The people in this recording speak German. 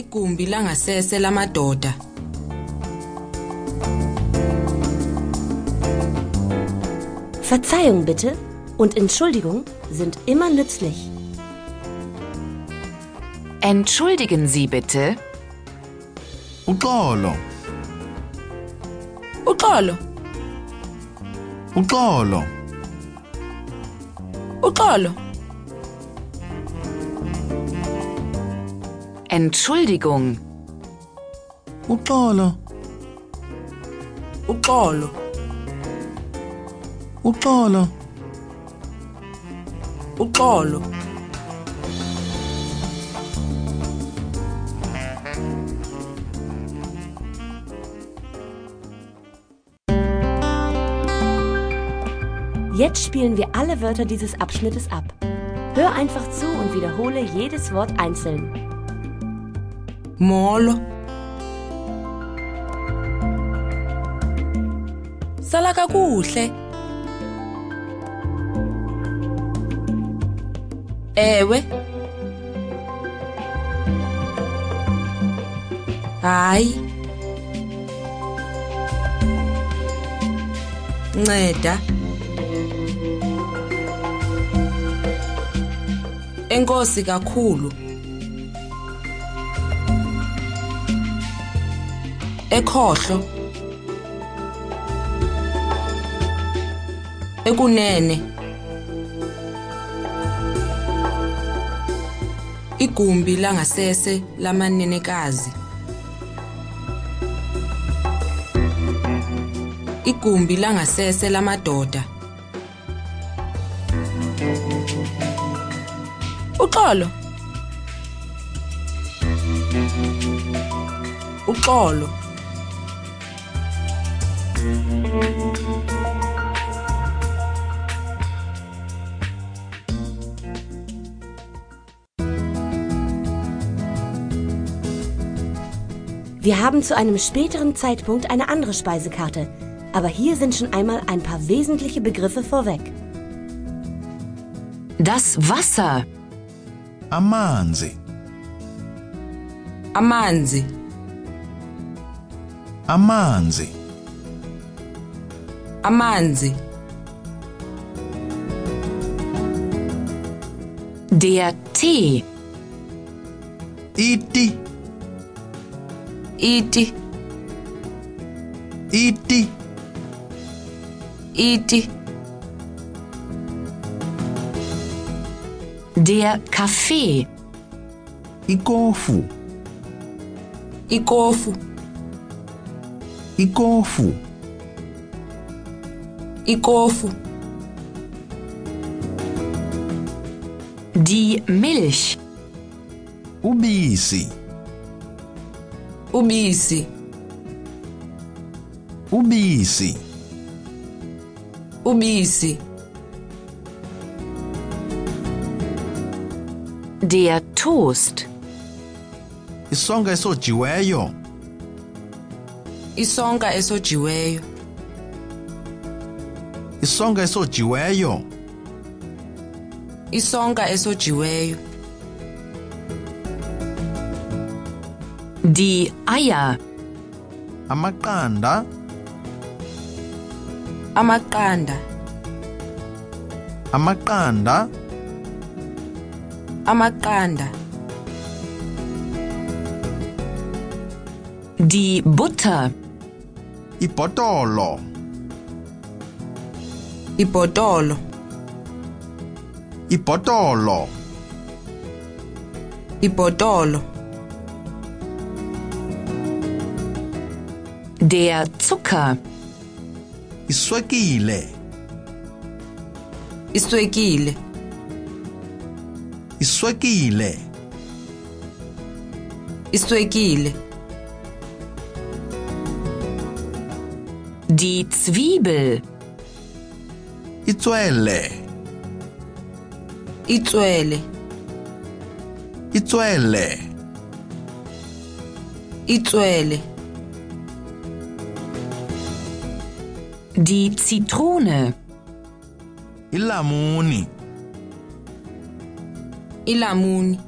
igumbi langasese lamadoda Verzeihung bitte und Entschuldigung sind immer nützlich. Entschuldigen Sie bitte. Uxolo, uxolo uxolo. uxolo Entschuldigung. Uxolo, uxolo uxolo. uxolo Jetzt spielen wir alle Wörter dieses Abschnittes ab. Hör einfach zu und wiederhole jedes Wort einzeln. molo sala kakuhle ewe hayi nceda enkosi kakhulu ekhohlo ekunene igumbi langasese lamanenekazi igumbi langasese lamadoda uxolo uxolo Wir haben zu einem späteren Zeitpunkt eine andere Speisekarte, aber hier sind schon einmal ein paar wesentliche Begriffe vorweg. Das Wasser. Amanzi, amanzi amanzi. amanzi Der Tee. Iti, iti iti. iti Der Kaffee. Ikofu, ikofu ikofu. ikofu Die Milch. Ubisi, ubisi ubisi. ubisi Der Toast. Isonka esojiweyo. isonka esojiweyo Isonka esojiweyo. isonka esojiweyo Die Eier. Amaqanda, amaqanda amaqanda. amaqanda Die Butter. Ibhotolo, ibhotolo ibhotolo. ibhotolo Der Zucker. Iswekile, iswekile iswekile. iswekile Die Zwiebel. Itswele, itswele itswele. itswele Die Zitrone. Ilamuni, ilamuni